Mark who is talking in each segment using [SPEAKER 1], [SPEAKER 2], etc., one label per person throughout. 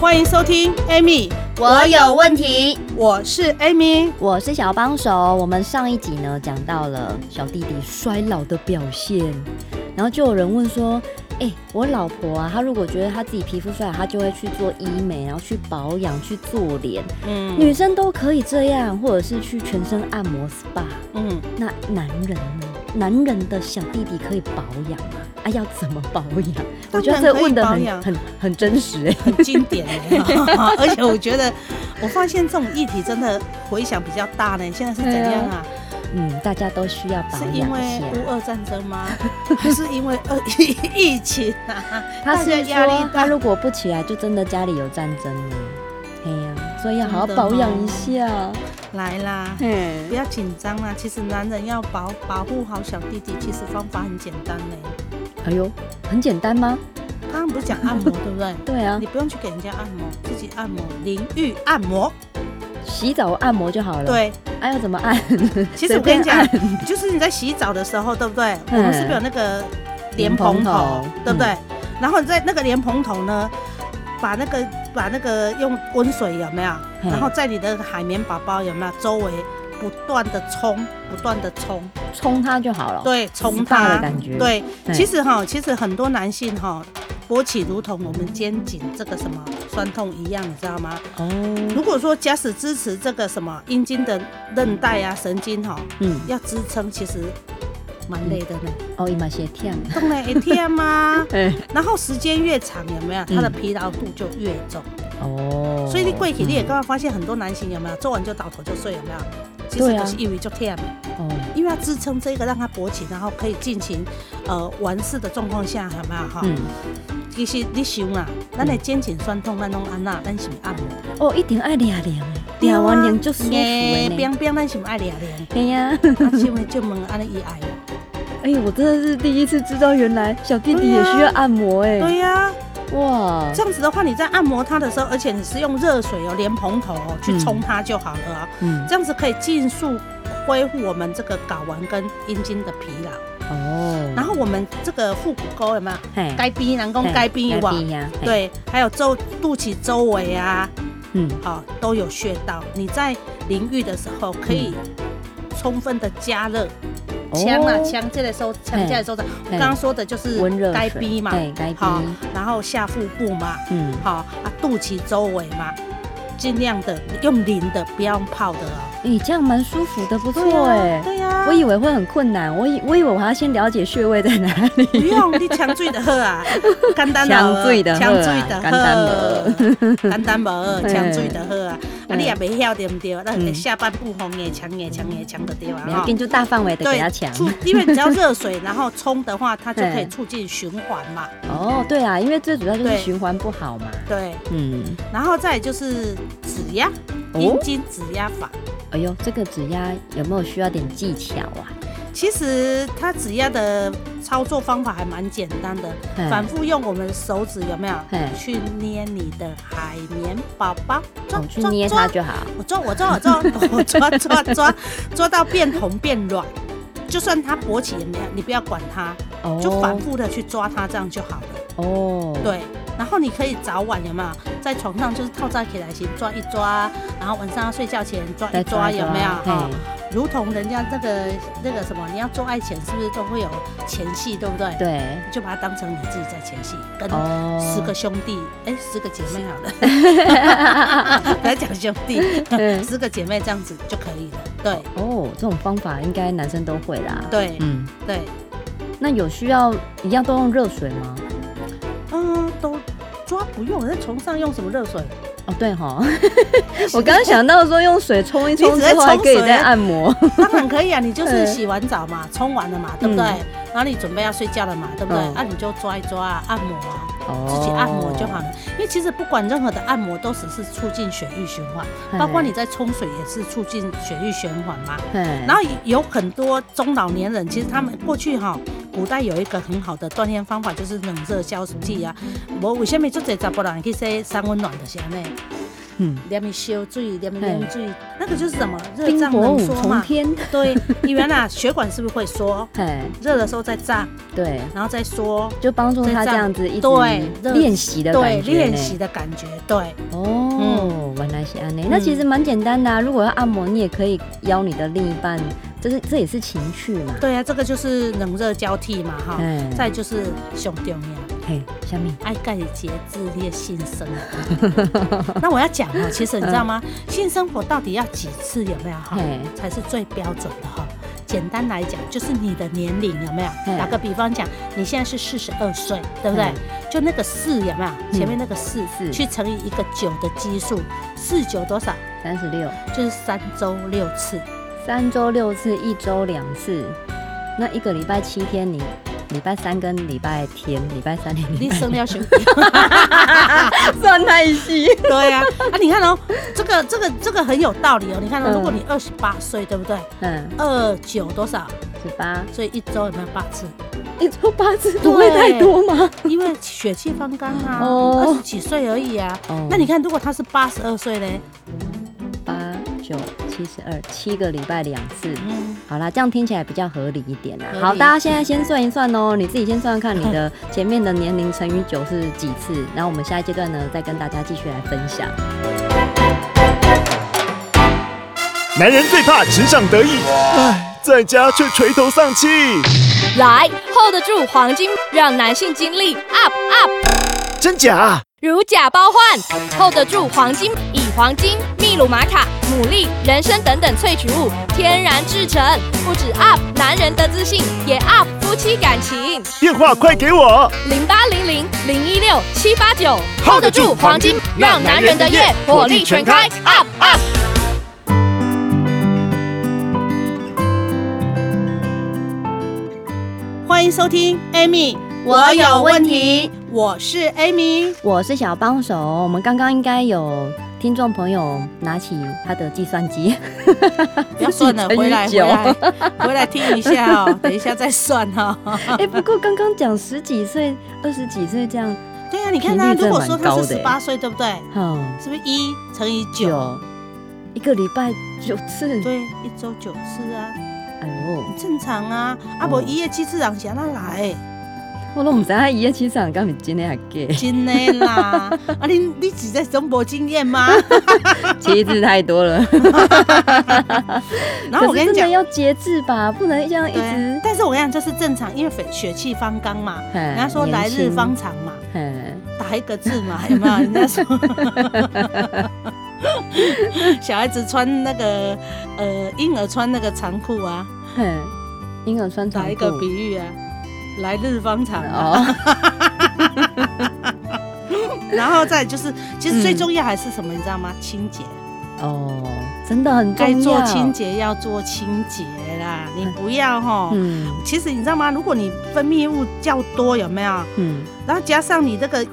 [SPEAKER 1] 欢迎收听 Amy，
[SPEAKER 2] 我有问题，
[SPEAKER 1] 我是 Amy。
[SPEAKER 2] 我是小帮手。我们上一集呢讲到了小弟弟衰老的表现，然后就有人问说：“哎、我老婆啊，她如果觉得她自己皮肤衰老，她就会去做医美，然后去保养，去做脸。
[SPEAKER 1] 嗯
[SPEAKER 2] 女生都可以这样，或者是去全身按摩 SPA。
[SPEAKER 1] 嗯，
[SPEAKER 2] 那男人呢？男人的小弟弟可以保养吗？啊，要怎么保养？我觉得这个问的
[SPEAKER 1] 当然可以保
[SPEAKER 2] 很
[SPEAKER 1] 养
[SPEAKER 2] 很很真实哎、
[SPEAKER 1] 很经 典耶而且我觉得，我发现这种议题真的回响比较大呢。现在是怎样啊？
[SPEAKER 2] 嗯，大家都需要保
[SPEAKER 1] 是
[SPEAKER 2] 养一
[SPEAKER 1] 因
[SPEAKER 2] 下。
[SPEAKER 1] 为乌俄战争吗？还是因为二疫情啊？
[SPEAKER 2] 他是
[SPEAKER 1] 大家压力
[SPEAKER 2] 说，
[SPEAKER 1] 大
[SPEAKER 2] 他如果不起来，就真的家里有战争了。哎呀、所以要好好
[SPEAKER 1] 真的哦
[SPEAKER 2] 保养 一下。
[SPEAKER 1] 来啦！
[SPEAKER 2] 嘿
[SPEAKER 1] 不，要紧张啦，其实男人要保保护好小弟弟，其实方法很简单呢。
[SPEAKER 2] 哎呦，很简单吗？
[SPEAKER 1] 刚刚不是讲按 摩对不对？
[SPEAKER 2] 对啊
[SPEAKER 1] 你，不用去给人家按摩，自己按摩，淋浴按摩。
[SPEAKER 2] 洗澡按摩就好了。，
[SPEAKER 1] 对，
[SPEAKER 2] 哎、要怎么按？
[SPEAKER 1] 其实我
[SPEAKER 2] 随便
[SPEAKER 1] 跟你讲
[SPEAKER 2] 按，
[SPEAKER 1] 就是你在洗澡的时候，对不对？我
[SPEAKER 2] 嗯
[SPEAKER 1] 们是不是有那个莲蓬
[SPEAKER 2] 莲蓬
[SPEAKER 1] 头
[SPEAKER 2] 头，
[SPEAKER 1] 对不对？然后你在那个莲蓬头呢，把那个把那个用温水有没有？
[SPEAKER 2] 嗯
[SPEAKER 1] 然后在你的海绵宝宝有没有周围不断的冲，不断的冲，
[SPEAKER 2] 冲它就好了。，
[SPEAKER 1] 对，冲
[SPEAKER 2] 大哦的
[SPEAKER 1] 它。
[SPEAKER 2] 感觉。，
[SPEAKER 1] 对，
[SPEAKER 2] 对
[SPEAKER 1] 其实哈，其实很多男性哈，勃起如同我们肩颈这个什么酸痛一样，你知道吗？
[SPEAKER 2] 哦，
[SPEAKER 1] 如果说假使支持这个什么阴茎的韧带啊、神经哈，
[SPEAKER 2] 嗯，
[SPEAKER 1] 要支撑其实蛮累的呢，
[SPEAKER 2] 哦，伊嘛是会忝。？
[SPEAKER 1] 动了一天吗
[SPEAKER 2] 哎，
[SPEAKER 1] 然后时间越长有没有，
[SPEAKER 2] 嗯
[SPEAKER 1] 他的疲劳度就越重，
[SPEAKER 2] 哦，
[SPEAKER 1] 所以你跪起你也
[SPEAKER 2] 嗯
[SPEAKER 1] 刚刚发现很多男性有没有做完就倒头就睡有没有？其实
[SPEAKER 2] 对啊
[SPEAKER 1] 就是因为就 t
[SPEAKER 2] 哦，
[SPEAKER 1] 因为要支撑这个让它勃起，然后可以进行呃完事的状况下，有没有哈？
[SPEAKER 2] 嗯，
[SPEAKER 1] 其实你想啊，咱的肩颈酸痛，咱拢按那，咱是不是按摩？
[SPEAKER 2] 哦，一定爱凉凉哎，凉完凉就舒服
[SPEAKER 1] 耶
[SPEAKER 2] 哎。
[SPEAKER 1] 冰冰，咱是不是爱凉凉？
[SPEAKER 2] 哎呀，
[SPEAKER 1] 啊，请问就问安尼伊 爱无？
[SPEAKER 2] 哎呦，我真的是第一次知道，原来小弟弟也需要按摩哎、
[SPEAKER 1] 对呀、
[SPEAKER 2] 哇，
[SPEAKER 1] 这样子的话，你在按摩它的时候，而且你是用热水哦，莲蓬头哦去冲它就好了啊、
[SPEAKER 2] 嗯，
[SPEAKER 1] 这样子可以尽速恢复我们这个睾丸跟阴茎的疲劳。
[SPEAKER 2] 哦，
[SPEAKER 1] 然后我们这个腹股沟有没有？
[SPEAKER 2] 嘿
[SPEAKER 1] 该冰人工
[SPEAKER 2] 嘿
[SPEAKER 1] 该冰有
[SPEAKER 2] 该
[SPEAKER 1] 吧？
[SPEAKER 2] 逼呀，嘿，
[SPEAKER 1] 对，还有周肚脐周围啊，
[SPEAKER 2] 嗯，
[SPEAKER 1] 哦，都有穴道。你在淋浴的时候可以充分的加热，枪啊
[SPEAKER 2] 嗯哦
[SPEAKER 1] 枪，这个时候枪这个时候，
[SPEAKER 2] 嘿
[SPEAKER 1] 刚刚说的就是
[SPEAKER 2] 温热
[SPEAKER 1] 该
[SPEAKER 2] 水
[SPEAKER 1] 逼嘛，
[SPEAKER 2] 对，该逼，
[SPEAKER 1] 好，然后下腹部嘛，
[SPEAKER 2] 嗯，
[SPEAKER 1] 好啊，肚脐周围嘛，尽量的用淋的，不要用泡的哦。
[SPEAKER 2] 你这样蛮舒服的，不错哎。
[SPEAKER 1] 对啊呀、
[SPEAKER 2] 我以为会很困难，我以我以为我还要先了解穴位在哪
[SPEAKER 1] 不
[SPEAKER 2] 里。
[SPEAKER 1] 用你强醉的喝 啊，简单哦
[SPEAKER 2] 呛水就好啊
[SPEAKER 1] 强醉的
[SPEAKER 2] 简单
[SPEAKER 1] 喝，简单 无，
[SPEAKER 2] 嘿
[SPEAKER 1] 强醉的哦喝啊，啊
[SPEAKER 2] 嗯
[SPEAKER 1] 你也袂晓对不对？那你
[SPEAKER 2] 嗯
[SPEAKER 1] 下半部吼硬强硬强硬强的对啊
[SPEAKER 2] 不要紧，就大范围的给
[SPEAKER 1] 对
[SPEAKER 2] 他，强。
[SPEAKER 1] 促因为只要热水，然后冲的话，它就可以
[SPEAKER 2] 嗯
[SPEAKER 1] 促进循环嘛。
[SPEAKER 2] 哦，对啊，因为最主要就是
[SPEAKER 1] 对
[SPEAKER 2] 循环不好嘛。
[SPEAKER 1] 对，
[SPEAKER 2] 嗯，
[SPEAKER 1] 然后再来就是指压，阴
[SPEAKER 2] 哦，
[SPEAKER 1] 茎指压法。
[SPEAKER 2] 哎呦，这个指压有没有需要点技巧啊？
[SPEAKER 1] 其实它指压的操作方法还蛮简单的，
[SPEAKER 2] 嗯
[SPEAKER 1] 反复用我们手指有没有
[SPEAKER 2] 嗯
[SPEAKER 1] 去捏你的海绵宝宝？抓
[SPEAKER 2] 我哦去捏它！就好。
[SPEAKER 1] 抓我抓我 抓我抓我抓抓抓抓到变红变软，就算它勃起也没有，你不要管它，
[SPEAKER 2] 哦，
[SPEAKER 1] 就反复的去抓它，这样就好了。
[SPEAKER 2] 哦，，
[SPEAKER 1] 对，然后你可以早晚有没有在床上就是套在起来先抓一抓，然后晚上要睡觉前抓一
[SPEAKER 2] 再
[SPEAKER 1] 抓
[SPEAKER 2] 抓
[SPEAKER 1] 有没有？哦哈
[SPEAKER 2] 嘿，
[SPEAKER 1] 如同人家那个那个什么，你要做爱前是不是都会有前戏，对不对？，
[SPEAKER 2] 对，
[SPEAKER 1] 就把它当成你自己在前戏，跟
[SPEAKER 2] 哦，
[SPEAKER 1] 十个兄弟，哎、十个姐妹好了， 来讲兄弟，
[SPEAKER 2] 嗯
[SPEAKER 1] 十个姐妹这样子就可以了。对
[SPEAKER 2] 哦，这种方法应该男生都会啦。，
[SPEAKER 1] 对、
[SPEAKER 2] 嗯，
[SPEAKER 1] 对，
[SPEAKER 2] 那有需要一样都用热水吗？
[SPEAKER 1] 嗯，都抓不用，在床上用什么热水？
[SPEAKER 2] 哦，对 哈，我刚刚想到说用水冲一冲
[SPEAKER 1] 你只
[SPEAKER 2] 之
[SPEAKER 1] 在
[SPEAKER 2] 后还
[SPEAKER 1] 冲
[SPEAKER 2] 可以
[SPEAKER 1] 水
[SPEAKER 2] 再
[SPEAKER 1] 啊
[SPEAKER 2] 按摩，
[SPEAKER 1] 当然可以啊，你就是
[SPEAKER 2] 嗯
[SPEAKER 1] 洗完澡嘛，冲完了嘛，对不对？然后你准备要睡觉了嘛，对不对？
[SPEAKER 2] 嗯
[SPEAKER 1] 啊，你就抓一抓啊，按摩啊，
[SPEAKER 2] 哦
[SPEAKER 1] 自己按摩就好了。因为其实不管任何的按摩，都只是促进血液循环，包括你，在冲水也是促进血液循环嘛。
[SPEAKER 2] 然
[SPEAKER 1] 然后有很多中老年人，其实他们过去哈、古代有一个很好的锻炼方法，就是冷热交替啊。无为什么做这查甫人去洗三温暖的是安尼？
[SPEAKER 2] 嗯，
[SPEAKER 1] 连咪烧水，连咪冷水，那个就是什么热
[SPEAKER 2] 冰
[SPEAKER 1] 胀
[SPEAKER 2] 火
[SPEAKER 1] 冷
[SPEAKER 2] 五
[SPEAKER 1] 缩
[SPEAKER 2] 重
[SPEAKER 1] 嘛。
[SPEAKER 2] 天，
[SPEAKER 1] 对，你原来血管是不是会缩？
[SPEAKER 2] 嘿，
[SPEAKER 1] 热的时候再胀，
[SPEAKER 2] 对，
[SPEAKER 1] 然后再缩，
[SPEAKER 2] 就帮助他
[SPEAKER 1] 在
[SPEAKER 2] 这
[SPEAKER 1] 这样
[SPEAKER 2] 样子一直
[SPEAKER 1] 对热
[SPEAKER 2] 练习的
[SPEAKER 1] 对，
[SPEAKER 2] 感觉，
[SPEAKER 1] 练习。的嗯感觉，对，
[SPEAKER 2] 哦，原来是安内，那其实蛮简单的啊。如果要按摩，你也可以邀你的另一半，这是这也是情趣嘛。
[SPEAKER 1] 对啊，这个就是冷热交替嘛，哈。
[SPEAKER 2] 嗯，
[SPEAKER 1] 再就是上重要，
[SPEAKER 2] 嘿，下面，
[SPEAKER 1] 爱盖节制烈性生 活。那我要讲哦，其实你知道吗？性生活到底要几次有没有哈
[SPEAKER 2] 嗯嘿，
[SPEAKER 1] 才是最标准的哈？简单来讲，就是你的年龄有没
[SPEAKER 2] 嘿
[SPEAKER 1] 有？打个比方讲，你现在是四十二岁，对不对
[SPEAKER 2] 嗯？
[SPEAKER 1] 就那个四有没有？前面那个四
[SPEAKER 2] 是
[SPEAKER 1] 去乘以一个九的基数，四九多少？
[SPEAKER 2] 三十六，
[SPEAKER 1] 就是三周六 次。
[SPEAKER 2] 三周六次，一周两次，那一个礼拜七天你。礼拜三跟礼拜天，礼拜三天，
[SPEAKER 1] 你
[SPEAKER 2] 礼拜
[SPEAKER 1] 生了小
[SPEAKER 2] 算太细，
[SPEAKER 1] 对呀、啊，你看哦，这个这个这个很有道理哦。你看哦，
[SPEAKER 2] 嗯
[SPEAKER 1] 如果你二十八岁，对不对？
[SPEAKER 2] 嗯，
[SPEAKER 1] 二九多少？
[SPEAKER 2] 十八，
[SPEAKER 1] 所以一周有没有八 次？
[SPEAKER 2] 一周哎八次不会太多吗？
[SPEAKER 1] 因为血气方刚啊，
[SPEAKER 2] 哦
[SPEAKER 1] 二十几岁而已啊。
[SPEAKER 2] 哦
[SPEAKER 1] 那你看，如果他是八十二岁嘞，
[SPEAKER 2] 八九七十二，七个礼拜两次。
[SPEAKER 1] 嗯，
[SPEAKER 2] 好啦，这样听起来比较合理一点啦
[SPEAKER 1] 合。理
[SPEAKER 2] 好，大家现在先算一算哦，你自己先算算看你的前面的年龄乘以九是几次，然后我们下一阶段呢再跟大家继续来分享。
[SPEAKER 3] 男人最怕职场得意，唉，在家却垂头丧气。
[SPEAKER 4] 来 hold 得住黄金，让男性精力 up up，
[SPEAKER 3] 真假啊？
[SPEAKER 4] 如假包换，hold 得住黄金，以黄金、秘鲁玛卡、牡蛎、人参等等萃取物天然制成，不止 up 男人的自信，也 up 夫妻感情。
[SPEAKER 3] 电话快给我！
[SPEAKER 4] 零八零零零一六七八九
[SPEAKER 3] hold 得住黄金让男人的夜火力全开
[SPEAKER 4] ，up up。
[SPEAKER 1] 欢迎收听 Amy，
[SPEAKER 2] 我有问题，
[SPEAKER 1] 我是 Amy。
[SPEAKER 2] 我是小帮手，我们刚刚应该有听众朋友拿起他的计算 机，
[SPEAKER 1] 不要算了，
[SPEAKER 2] 自己乘
[SPEAKER 1] 回
[SPEAKER 2] 以
[SPEAKER 1] 来回
[SPEAKER 2] 九
[SPEAKER 1] 来回来听一下哦，等一下再算哦。
[SPEAKER 2] 哎、不过刚刚讲十几岁、二十几岁这样，
[SPEAKER 1] 对呀、啊，你看
[SPEAKER 2] 频
[SPEAKER 1] 他
[SPEAKER 2] 率真的
[SPEAKER 1] 如果说他
[SPEAKER 2] 蛮
[SPEAKER 1] 是
[SPEAKER 2] 高的
[SPEAKER 1] 十
[SPEAKER 2] 耶
[SPEAKER 1] 八岁，对不对？
[SPEAKER 2] 哼、
[SPEAKER 1] 是不是一乘以九？
[SPEAKER 2] 九一个礼拜九次，
[SPEAKER 1] 对，一周九次啊。
[SPEAKER 2] 哎呦，
[SPEAKER 1] 正常啊，啊
[SPEAKER 2] 哦
[SPEAKER 1] 无一夜七次人是安怎来的？？
[SPEAKER 2] 我都唔知他一夜七场，敢是真的还假
[SPEAKER 1] 真的 啦，啊你你只在总无经验吗？
[SPEAKER 2] 节制太多了。
[SPEAKER 1] 然后我
[SPEAKER 2] 可是
[SPEAKER 1] 跟你
[SPEAKER 2] 真的
[SPEAKER 1] 讲，
[SPEAKER 2] 要节制吧，不能这样一
[SPEAKER 1] 对啊
[SPEAKER 2] 直，。嗯
[SPEAKER 1] 但是我跟你讲这是正常，因为血血气方刚嘛，啊人
[SPEAKER 2] 人
[SPEAKER 1] 家说来日方，长嘛，
[SPEAKER 2] 嗯，
[SPEAKER 1] 打一个字嘛， 有没有？人家说。小孩子穿那个呃婴儿穿那个长裤啊，
[SPEAKER 2] 嘿婴儿穿
[SPEAKER 1] 打
[SPEAKER 2] 长
[SPEAKER 1] 一
[SPEAKER 2] 裤
[SPEAKER 1] 个比喻啊，来日方长啊。
[SPEAKER 2] 哦，
[SPEAKER 1] 然后再就是，其实最
[SPEAKER 2] 嗯
[SPEAKER 1] 重要还是什么，你知道吗？清洁。
[SPEAKER 2] 哦，真的很重
[SPEAKER 1] 该
[SPEAKER 2] 要。
[SPEAKER 1] 做清，洁要做清洁啦，你不要哈。
[SPEAKER 2] 嗯
[SPEAKER 1] 其实你知道吗？如果你分泌物较多，有没有？
[SPEAKER 2] 嗯
[SPEAKER 1] 然后加上你这个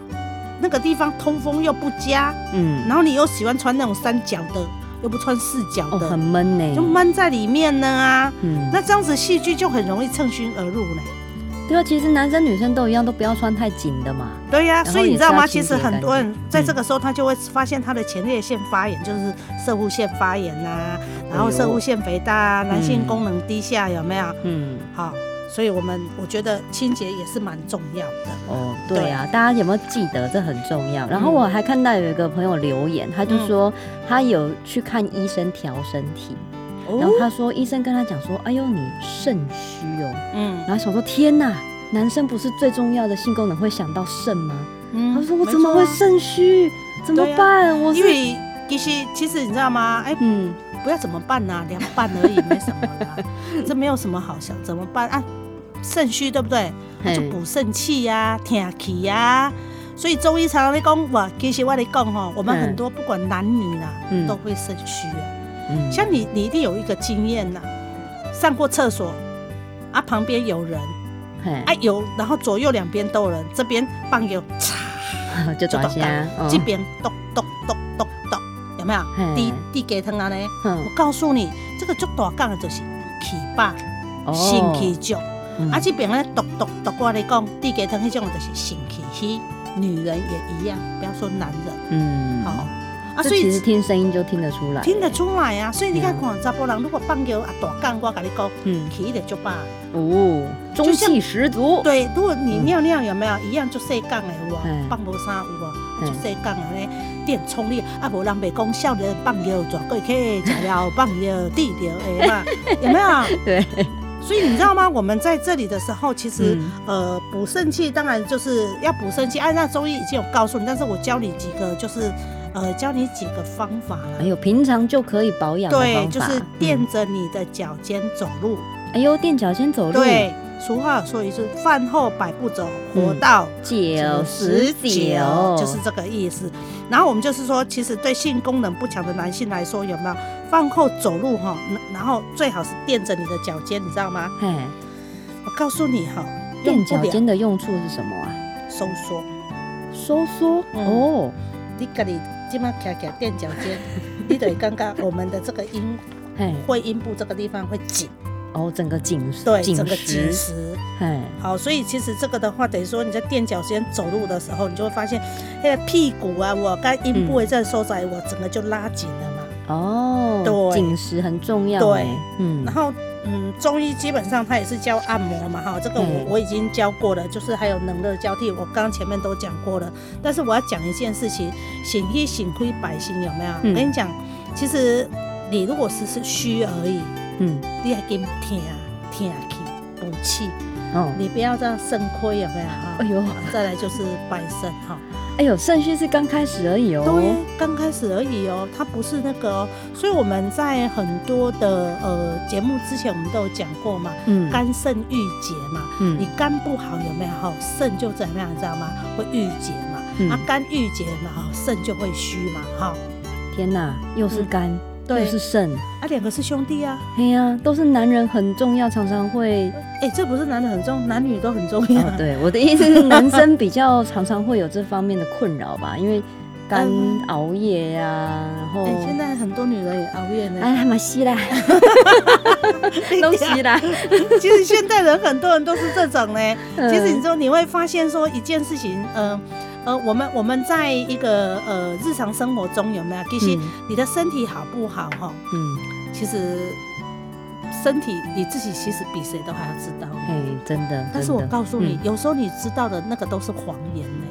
[SPEAKER 1] 那个地方通风又不佳，
[SPEAKER 2] 嗯，
[SPEAKER 1] 然后你又喜欢穿那种三角的，又不穿四角
[SPEAKER 2] 哦，很
[SPEAKER 1] 的，
[SPEAKER 2] 闷呢，
[SPEAKER 1] 就闷在里面呢啊。
[SPEAKER 2] 嗯，
[SPEAKER 1] 那这样子细菌就很容易趁虚而入呢。
[SPEAKER 2] 对啊，其实男生女生都一样，都不要穿太紧的嘛。
[SPEAKER 1] 对呀、
[SPEAKER 2] 然后
[SPEAKER 1] 所以你知道
[SPEAKER 2] 也
[SPEAKER 1] 吗？
[SPEAKER 2] 是要
[SPEAKER 1] 其
[SPEAKER 2] 清洁
[SPEAKER 1] 实很多人在
[SPEAKER 2] 干净
[SPEAKER 1] 这个时候，他就会发现他的前列腺发炎，就是射护腺发炎呐、然后
[SPEAKER 2] 哎呦
[SPEAKER 1] 射护腺肥大啊，男性
[SPEAKER 2] 嗯
[SPEAKER 1] 功能低下，有没有？
[SPEAKER 2] 嗯，
[SPEAKER 1] 好，所以我们我觉得清洁也是蛮重要的。
[SPEAKER 2] 哦，对啊，大家有没有记得这很重要？然后
[SPEAKER 1] 嗯
[SPEAKER 2] 我还看到有一个朋友留言，他就
[SPEAKER 1] 嗯
[SPEAKER 2] 说他有去看医生调身体，然后
[SPEAKER 1] 哦，
[SPEAKER 2] 他说医生跟他讲说，哎呦你肾虚哦，
[SPEAKER 1] 嗯
[SPEAKER 2] 然后想说天哪，男生不是最重要的性功能会想到肾吗？
[SPEAKER 1] 嗯
[SPEAKER 2] 他说我怎么会？肾虚？怎么
[SPEAKER 1] 对啊
[SPEAKER 2] 办？我
[SPEAKER 1] 没错啊因
[SPEAKER 2] 是
[SPEAKER 1] 为其实其实你知道吗？哎，
[SPEAKER 2] 嗯
[SPEAKER 1] 不要怎么办呐、凉拌而已，没什么 啦，这没有什么好想怎么办啊？肾虚对不对？那就
[SPEAKER 2] 嘿
[SPEAKER 1] 补肾气呀、天气呀。所以中医常常在讲，我其实我跟你讲哦，我们
[SPEAKER 2] 嗯
[SPEAKER 1] 很多不管男女啦，
[SPEAKER 2] 嗯
[SPEAKER 1] 都会肾虚啊。
[SPEAKER 2] 嗯
[SPEAKER 1] 像你，你一定有一个经验呐，上过厕所啊，旁边有人，啊
[SPEAKER 2] 嘿
[SPEAKER 1] 哎有，然后左右两边都有人，这边棒有嚓，
[SPEAKER 2] 就转
[SPEAKER 1] 就
[SPEAKER 2] 虾，嗯
[SPEAKER 1] 这边咚咚咚咚咚，有没有？
[SPEAKER 2] 嘿
[SPEAKER 1] 滴滴鸡汤安尼，
[SPEAKER 2] 嗯
[SPEAKER 1] 我告诉你，这个足大杠的就是气霸、
[SPEAKER 2] 哦
[SPEAKER 1] 肾气足，
[SPEAKER 2] 嗯
[SPEAKER 1] 啊，这边咧咚咚咚，我跟你讲，滴鸡汤迄种的就是肾气虚，女人也一样，不要说男人，
[SPEAKER 2] 嗯，
[SPEAKER 1] 好啊，
[SPEAKER 2] 这
[SPEAKER 1] 所
[SPEAKER 2] 其
[SPEAKER 1] 以
[SPEAKER 2] 实听声音就听得出来，
[SPEAKER 1] 听得，出来啊，所以你看
[SPEAKER 2] 嗯
[SPEAKER 1] 看，查甫人如果放尿啊大杠，我跟你讲，
[SPEAKER 2] 嗯，
[SPEAKER 1] 气的足霸。
[SPEAKER 2] 哦，
[SPEAKER 1] 嗯
[SPEAKER 2] 中
[SPEAKER 1] 就像
[SPEAKER 2] 气十足，，
[SPEAKER 1] 对，如果你
[SPEAKER 2] 嗯
[SPEAKER 1] 尿尿有没有一样就细杠的有啊
[SPEAKER 2] 嗯，
[SPEAKER 1] 放无啥有啊，
[SPEAKER 2] 嗯
[SPEAKER 1] 就细杠的咧，你很冲力啊，无人袂讲少年放尿转过去，食了放尿滴尿的 嘛，有没有？
[SPEAKER 2] 对，
[SPEAKER 1] 所以你知道吗？我们在这里的时候，其实、
[SPEAKER 2] 嗯
[SPEAKER 1] 呃补肾气当然就是要补肾气，按照中医已经有告诉你，但是我教你几个就是呃教你几个方法啦。
[SPEAKER 2] 哎呦，平常就可以保养的
[SPEAKER 1] 对，
[SPEAKER 2] 方
[SPEAKER 1] 就
[SPEAKER 2] 法
[SPEAKER 1] 是垫
[SPEAKER 2] 嗯
[SPEAKER 1] 着你的脚尖走路。
[SPEAKER 2] 哎呦，垫脚先走路，
[SPEAKER 1] 对，俗话有说一句：饭后百步走，活
[SPEAKER 2] 嗯
[SPEAKER 1] 到
[SPEAKER 2] 九十九，
[SPEAKER 1] 就是这个意思。然后我们就是说，其实对性功能不强的男性来说，有没有饭后走路哈？然后最好是垫着你的脚尖，你知道吗？
[SPEAKER 2] 哎，
[SPEAKER 1] 我告诉你哈，
[SPEAKER 2] 垫
[SPEAKER 1] 用不
[SPEAKER 2] 脚
[SPEAKER 1] 了
[SPEAKER 2] 尖的用处是什么啊？
[SPEAKER 1] 收缩，
[SPEAKER 2] 收缩、
[SPEAKER 1] 嗯
[SPEAKER 2] 哦，
[SPEAKER 1] 你这里这么卡卡垫脚尖， 你得刚刚我们的这个阴
[SPEAKER 2] 嘿，
[SPEAKER 1] 会阴部这个地方会紧，
[SPEAKER 2] 哦，整个紧
[SPEAKER 1] 对，
[SPEAKER 2] 紧
[SPEAKER 1] 整个紧
[SPEAKER 2] 实，
[SPEAKER 1] 实。
[SPEAKER 2] 嘿，
[SPEAKER 1] 好，所以其实这个的话，等于说你在垫脚尖走路的时候，你就会发现那个屁股啊，我该阴部的这个收窄，我整个就拉紧了嘛。
[SPEAKER 2] 哦，
[SPEAKER 1] 对
[SPEAKER 2] 紧实很重要，
[SPEAKER 1] 对
[SPEAKER 2] 哎，嗯
[SPEAKER 1] 然，后，嗯，中医基本上它也是教按摩嘛，哈，这个我
[SPEAKER 2] 嗯
[SPEAKER 1] 我已经教过了，就是还有能热交替，我刚前面都讲过了。但是我要讲一件事情，醒一醒亏百心有没有？
[SPEAKER 2] 嗯
[SPEAKER 1] 我跟你讲，其实你如果只是虚而已，
[SPEAKER 2] 嗯，
[SPEAKER 1] 你还给听听去补气，
[SPEAKER 2] 哦，
[SPEAKER 1] 你不要这样肾亏有没有哈？
[SPEAKER 2] 哎呦，
[SPEAKER 1] 再来就是拜肾哈，
[SPEAKER 2] 哎呦，肾虚是刚开始而已
[SPEAKER 1] 对
[SPEAKER 2] 哦，，
[SPEAKER 1] 刚开始而已哦，它不是那个哦、所以我们在很多的呃节目之前我们都有讲过嘛，
[SPEAKER 2] 嗯，
[SPEAKER 1] 肝肾郁结嘛，你
[SPEAKER 2] 嗯，
[SPEAKER 1] 肝不好有没有哈？肾就怎么样，你知道吗？会郁结嘛，
[SPEAKER 2] 嗯
[SPEAKER 1] 啊，肝郁结嘛，哈，肾就会虚嘛，哈，
[SPEAKER 2] 天哪，又是
[SPEAKER 1] 嗯
[SPEAKER 2] 肝，又
[SPEAKER 1] 对
[SPEAKER 2] 是肾，
[SPEAKER 1] 啊，两个是兄弟啊，
[SPEAKER 2] 哎呀，都是男人很重要，常常 会，
[SPEAKER 1] 哎，这不是男的很重，男女都很重要，
[SPEAKER 2] 哦，对，我的意思是 男生比较常常会有这方面的困扰吧，因为肝
[SPEAKER 1] 嗯
[SPEAKER 2] 熬夜呀、然后
[SPEAKER 1] 哎，现在很多女人也熬夜呢，
[SPEAKER 2] 哎，马西啦，东西啦，
[SPEAKER 1] 其实现代人很多人都是这种呢。其实你
[SPEAKER 2] 嗯
[SPEAKER 1] 说你会发现说一件事情，呃呃，我们我们在一个呃日常生活中有没有？其实
[SPEAKER 2] 嗯
[SPEAKER 1] 你的身体好不好哈？
[SPEAKER 2] 嗯，
[SPEAKER 1] 其实身体你自己其实比谁都还要知道。
[SPEAKER 2] 哎，真的，
[SPEAKER 1] 但是我
[SPEAKER 2] 真的
[SPEAKER 1] 告诉你
[SPEAKER 2] 嗯，
[SPEAKER 1] 有时候你知道的那个都是谎言呢、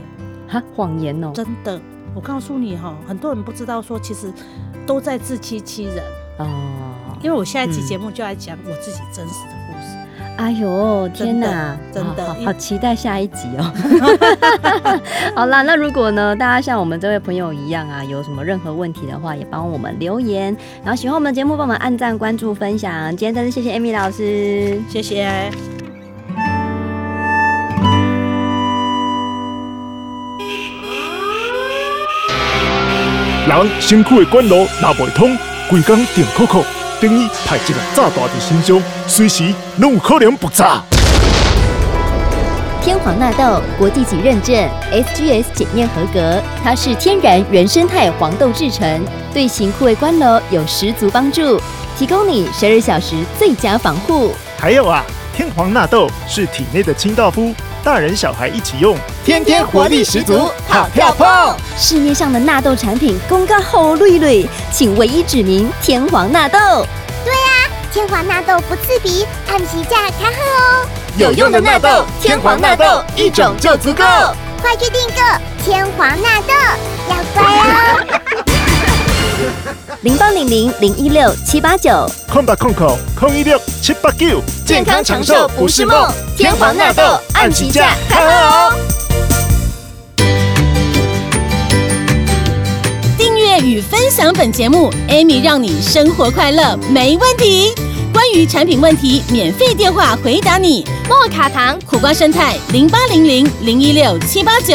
[SPEAKER 2] 哈，谎言哦，
[SPEAKER 1] 真的。我告诉你哈，很多人不知道说，其实都在自欺欺人。
[SPEAKER 2] 哦，
[SPEAKER 1] 因为我下一期
[SPEAKER 2] 嗯
[SPEAKER 1] 节目就来讲我自己真实的故事。
[SPEAKER 2] 哎呦，天哪，
[SPEAKER 1] 真的真的
[SPEAKER 2] 好好
[SPEAKER 1] 因
[SPEAKER 2] 好期待下一集哦。 好啦，那如果呢，大家像我们这位朋友一样啊，有什么任何问题的话，也帮我们留言。然后喜欢我们的节目，帮我们按赞、关注、分享。今天真是谢谢 Amy 老师。
[SPEAKER 1] 谢谢。
[SPEAKER 3] 人身躯的管路拉袂通，规工定扣扣，等于派一个炸弹伫身上，随时拢有可能爆炸。
[SPEAKER 5] 天皇纳豆国际级认证，SGS 检验合格，它是天然原生态黄豆制成，对型护卫官楼有十足帮助，提供你十二小时最佳防护。
[SPEAKER 3] 还有啊，天皇纳豆是体内的清道夫，大人小孩一起用，天天活力十足，好跳炮。
[SPEAKER 5] 市面上的纳豆产品公告后绿绿，请唯一指明天皇纳豆。
[SPEAKER 6] 啊天皇纳豆不刺鼻，按时价开喝哦！
[SPEAKER 3] 有用的纳豆，天皇纳豆一种就足够。
[SPEAKER 6] 快去订购天皇纳豆，要乖哦！
[SPEAKER 5] 零八零零零一六七八九，
[SPEAKER 3] 空吧空口，空一六七八九，健康长寿不是梦。天皇纳豆按起价，看哦。
[SPEAKER 7] 订阅与分享本节目，Amy 让你生活快乐没问题。关于产品问题，免费电话回答你。
[SPEAKER 4] 莫卡糖。
[SPEAKER 7] 苦瓜生态零八零零零一六七八九，